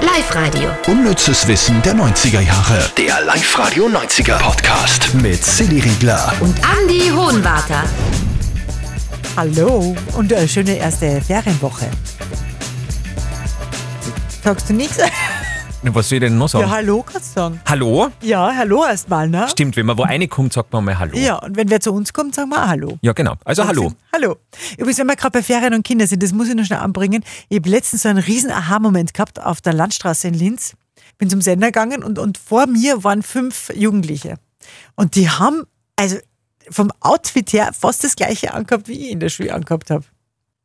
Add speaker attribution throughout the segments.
Speaker 1: Live-Radio.
Speaker 2: Unnützes Wissen der 90er Jahre.
Speaker 3: Der Live-Radio 90er Podcast.
Speaker 2: Mit Silly Riegler.
Speaker 1: Und Andy Hohenwarter.
Speaker 4: Hallo und eine schöne erste Ferienwoche. Sagst du nichts?
Speaker 5: Was soll ich denn noch sagen?
Speaker 4: Ja, hallo kannst du sagen.
Speaker 5: Hallo?
Speaker 4: Ja, hallo erstmal, ne?
Speaker 5: Stimmt, wenn man wo reinkommt, sagt man mal Hallo.
Speaker 4: Ja, und wenn wer zu uns kommt, sagen wir auch Hallo.
Speaker 5: Ja, genau. Also Hallo.
Speaker 4: Hallo. Übrigens, wenn wir gerade bei Ferien und Kindern sind, das muss ich noch schnell anbringen. Ich habe letztens so einen riesen Aha-Moment gehabt auf der Landstraße in Linz. Bin zum Sender gegangen und, und vor mir waren fünf Jugendliche. Und die haben, also vom Outfit her, fast das gleiche angehabt, wie ich in der Schule angehabt habe.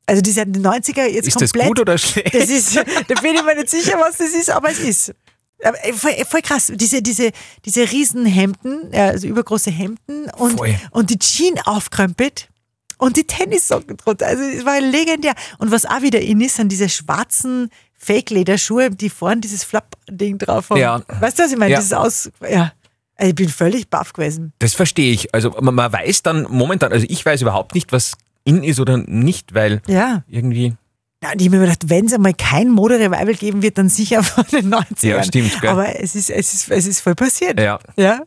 Speaker 4: Also die sind in den 90er jetzt
Speaker 5: Ist das
Speaker 4: komplett.
Speaker 5: gut oder schlecht?
Speaker 4: Das ist, da bin ich mir nicht sicher, was das ist, aber es ist. Aber, äh, Voll, voll krass, diese, diese, diese Riesenhemden, äh, also übergroße Hemden und,
Speaker 5: Voll.
Speaker 4: und die Jeans aufkrempelt und die Tennissocken drunter. Also es war legendär. Und was auch wieder in ist, sind diese schwarzen Fake-Lederschuhe, die vorne dieses Flap-Ding drauf haben.
Speaker 5: Ja.
Speaker 4: Weißt du, was ich meine?
Speaker 5: Ja.
Speaker 4: Dieses Aus. Ja. Also Ich bin völlig baff gewesen.
Speaker 5: Das verstehe ich. Also man, man weiß dann momentan, also ich weiß überhaupt nicht, was in ist oder nicht, weil
Speaker 4: Ja.
Speaker 5: irgendwie.
Speaker 4: Na, und ich habe mir gedacht, wenn es einmal kein Moderevival geben wird, dann sicher von den 90ern.
Speaker 5: Ja, stimmt, gell?
Speaker 4: Aber es ist, es ist, es ist voll passiert.
Speaker 5: Ja.
Speaker 4: Ja.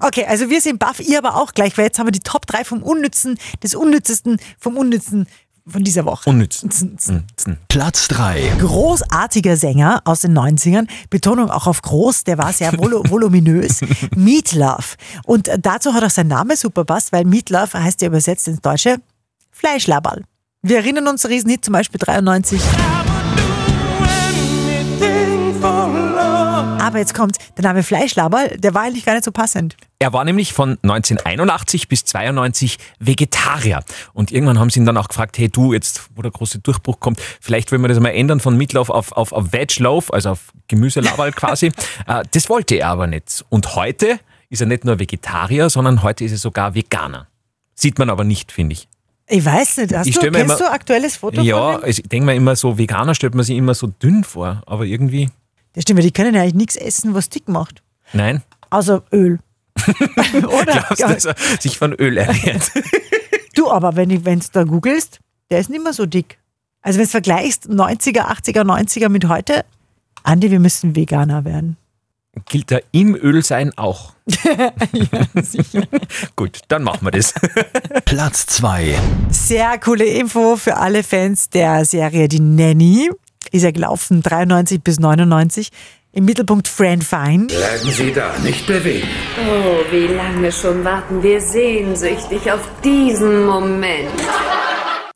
Speaker 4: Okay, also wir sind baff, ihr aber auch gleich, weil jetzt haben wir die Top 3 vom Unnützen, des Unnützesten, vom Unnützen von dieser Woche.
Speaker 5: Unnütz.
Speaker 4: Unnützen.
Speaker 2: Platz 3.
Speaker 4: Großartiger Sänger aus den 90ern, Betonung auch auf groß, der war sehr volu voluminös, Meatloaf. Und äh, dazu hat auch sein Name super passt, weil Meatloaf heißt ja übersetzt ins Deutsche Fleischlaberl. Wir erinnern uns Riesenhit, zum Beispiel 93. Aber jetzt kommt der Name Fleischlaberl, der war eigentlich gar nicht so passend.
Speaker 5: Er war nämlich von 1981 bis 92 Vegetarier. Und irgendwann haben sie ihn dann auch gefragt, hey du, jetzt wo der große Durchbruch kommt, vielleicht wollen wir das mal ändern von Meatloaf auf, auf, auf Vegloaf, also auf Gemüselabal quasi. Äh, das wollte er aber nicht. Und heute ist er nicht nur Vegetarier, sondern heute ist er sogar Veganer. Sieht man aber nicht, finde ich.
Speaker 4: Ich weiß nicht, hast
Speaker 5: Ich
Speaker 4: du,
Speaker 5: stell mir
Speaker 4: kennst
Speaker 5: immer-
Speaker 4: du aktuelles Foto
Speaker 5: Ja,
Speaker 4: von dem?
Speaker 5: also ich denke mir immer so, Veganer stellt man sich immer so dünn vor, aber irgendwie,
Speaker 4: Das stimmt, ja, die können ja eigentlich nichts essen, was dick macht.
Speaker 5: nein.
Speaker 4: Außer Öl. Oder?
Speaker 5: Glaubst du,
Speaker 4: Ja,
Speaker 5: dass er sich von Öl ernährt?
Speaker 4: du aber, wenn du da googelst, der ist nicht mehr so dick. Also wenn du vergleichst 90er, 80er, 90er mit heute, Andi, wir müssen Veganer werden.
Speaker 5: Gilt da im Öl sein auch? ja, sicher. Gut, dann machen wir das.
Speaker 2: Platz 2.
Speaker 4: Sehr coole Info für alle Fans der Serie Die Nanny. Ist ja gelaufen 93 bis 99. Im Mittelpunkt Fran Fine.
Speaker 6: Bleiben Sie da, nicht bewegen.
Speaker 7: Oh, wie lange schon warten wir sehnsüchtig auf diesen Moment.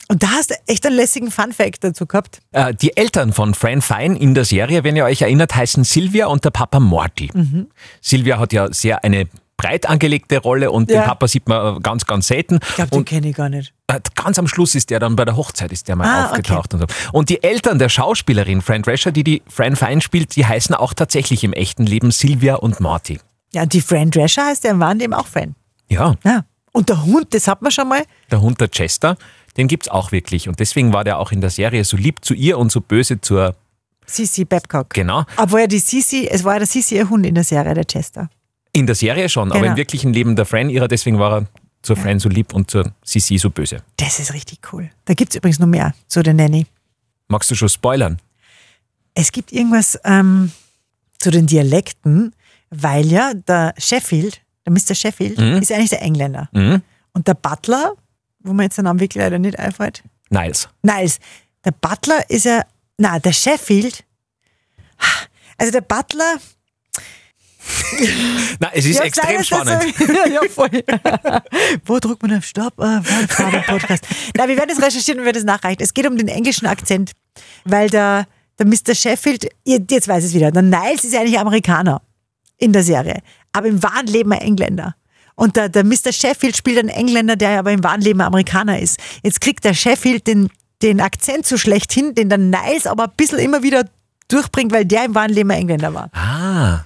Speaker 4: Und da hast du echt einen lässigen Fun-Fact dazu gehabt.
Speaker 5: Äh, die Eltern von Fran Fine in der Serie, wenn ihr euch erinnert, heißen Silvia und der Papa Morty.
Speaker 4: Mhm.
Speaker 5: Silvia hat ja sehr eine breit angelegte Rolle und
Speaker 4: Ja.
Speaker 5: den Papa sieht man äh, ganz, ganz selten.
Speaker 4: Ich glaube, den
Speaker 5: und
Speaker 4: kenne ich gar nicht.
Speaker 5: äh, ganz am Schluss ist der dann bei der Hochzeit ist der mal
Speaker 4: Ah,
Speaker 5: aufgetaucht und so. Und die Eltern der Schauspielerin Fran Drescher, die die Fran Fine spielt, die heißen auch tatsächlich im echten Leben Silvia und Morty.
Speaker 4: Ja, und die Fran Drescher heißt ja im Wand eben auch Fran.
Speaker 5: Ja,
Speaker 4: Ja. Und der Hund, das hat man schon mal.
Speaker 5: der Hund der Chester, den gibt's auch wirklich. Und deswegen war der auch in der Serie so lieb zu ihr und so böse zur,
Speaker 4: Sisi Babcock.
Speaker 5: genau,
Speaker 4: Obwohl ja die Sisi, es war ja der Sisi ihr Hund in der Serie, der Chester.
Speaker 5: in der Serie schon, aber
Speaker 4: Genau.
Speaker 5: im wirklichen Leben der Fran ihrer, deswegen war er zur Fran so lieb und zur Sisi so böse.
Speaker 4: Das ist richtig cool. Da gibt es übrigens noch mehr zu der Nanny.
Speaker 5: Magst du schon spoilern?
Speaker 4: Es gibt irgendwas ähm, zu den Dialekten, weil ja der Sheffield, der Mr. Sheffield, ist eigentlich der Engländer.
Speaker 5: Mhm.
Speaker 4: Und der Butler, wo mir jetzt der Name wirklich leider nicht einfällt,
Speaker 5: Nice.
Speaker 4: Nice. Der Butler ist ja, na, der Sheffield. Also der Butler.
Speaker 5: Na, es ist
Speaker 4: Ja, also
Speaker 5: extrem
Speaker 4: sei es, dass
Speaker 5: spannend.
Speaker 4: er- ja, ja, voll. Wo drückt man auf Stopp? Ah, Waldfaden Podcast. Na, wir werden das recherchieren und wir werden das nachreichen. Es geht um den englischen Akzent, weil der, der Mr. Sheffield, ihr- jetzt weiß ich es wieder, der Niles ist ja eigentlich Amerikaner in der Serie, aber im wahren Leben ein Engländer. Und der, der Mr. Sheffield spielt einen Engländer, der aber im wahren Leben ein Amerikaner ist. Jetzt kriegt der Sheffield den, den Akzent so schlecht hin, den der Niles aber ein bisschen immer wieder durchbringt, weil der im wahren Leben ein Engländer war.
Speaker 5: Ah.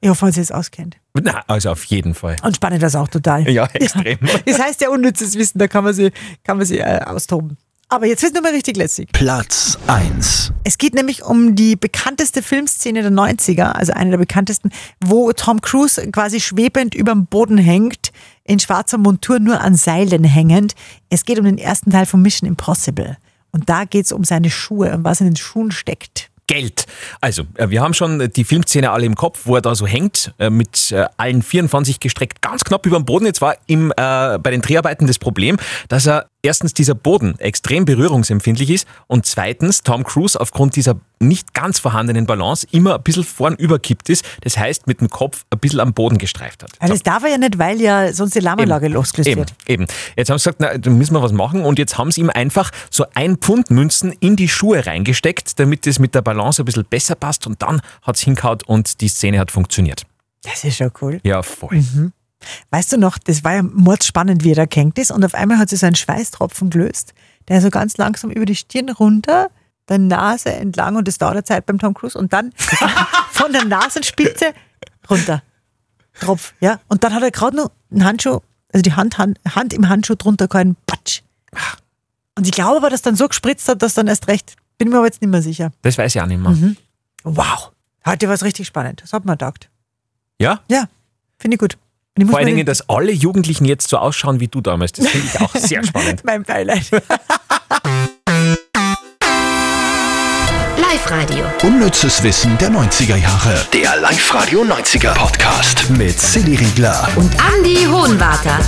Speaker 4: Ich hoffe, man sich jetzt auskennt.
Speaker 5: Na, also auf jeden Fall.
Speaker 4: Und spannend das auch total.
Speaker 5: Ja, extrem.
Speaker 4: Das heißt ja unnützes Wissen, da kann man sie, kann man sie äh, austoben. Aber jetzt wird es nochmal richtig lässig.
Speaker 2: Platz 1.
Speaker 4: Es geht nämlich um die bekannteste Filmszene der 90er, also eine der bekanntesten, wo Tom Cruise quasi schwebend über dem Boden hängt, in schwarzer Montur nur an Seilen hängend. Es um geht um den ersten Teil von Mission Impossible. Und da geht es um seine Schuhe und was in den Schuhen steckt.
Speaker 5: Geld. Also, äh, wir haben schon die Filmszene alle im Kopf, wo er da so hängt, äh, mit äh, allen Vieren von sich gestreckt, ganz knapp über dem Boden. Jetzt war im, äh, bei den Dreharbeiten das Problem, dass er erstens dieser Boden extrem berührungsempfindlich ist und zweitens Tom Cruise aufgrund dieser nicht ganz vorhandenen Balance immer ein bisschen vorn überkippt ist. Das heißt, mit dem Kopf ein bisschen am Boden gestreift hat.
Speaker 4: Weil das darf er ja nicht, weil ja sonst die Alarmanlage losgelöst
Speaker 5: Eben,
Speaker 4: wird.
Speaker 5: eben. Jetzt haben sie gesagt, na, da müssen wir was machen und jetzt haben sie ihm einfach so ein Pfund Münzen in die Schuhe reingesteckt, damit es mit der Balance ein bisschen besser passt und dann hat es hingehaut und die Szene hat funktioniert.
Speaker 4: Das ist schon cool.
Speaker 5: Ja, voll.
Speaker 4: Weißt du noch, das war ja mordspannend, wie er da gehängt ist und auf einmal hat sich so ein Schweißtropfen gelöst, der so ganz langsam über die Stirn runter, der Nase entlang und das dauert eine Zeit beim Tom Cruise und dann von der Nasenspitze runter. Tropf, ja. Und dann hat er gerade noch einen Handschuh, also die Hand, Hand, Hand im Handschuh drunter gehalten, patsch. Und ich glaube aber, dass dann so gespritzt hat, dass dann erst recht, bin mir aber jetzt nicht mehr sicher.
Speaker 5: Das weiß ich auch nicht mehr.
Speaker 4: Wow. Heute war es richtig spannend. Das hat man gedacht.
Speaker 5: Ja?
Speaker 4: Ja, finde ich gut. Und ich muss
Speaker 5: Vor allen
Speaker 4: mir
Speaker 5: Dingen,
Speaker 4: den-
Speaker 5: dass alle Jugendlichen jetzt so ausschauen wie du damals. Das finde ich auch sehr spannend.
Speaker 4: mein Beileid.
Speaker 1: Live-Radio.
Speaker 2: Unnützes Wissen der 90er Jahre.
Speaker 3: Der Live-Radio 90er Podcast.
Speaker 2: Mit Silly Riegler.
Speaker 1: Und Andy Hohenwarter.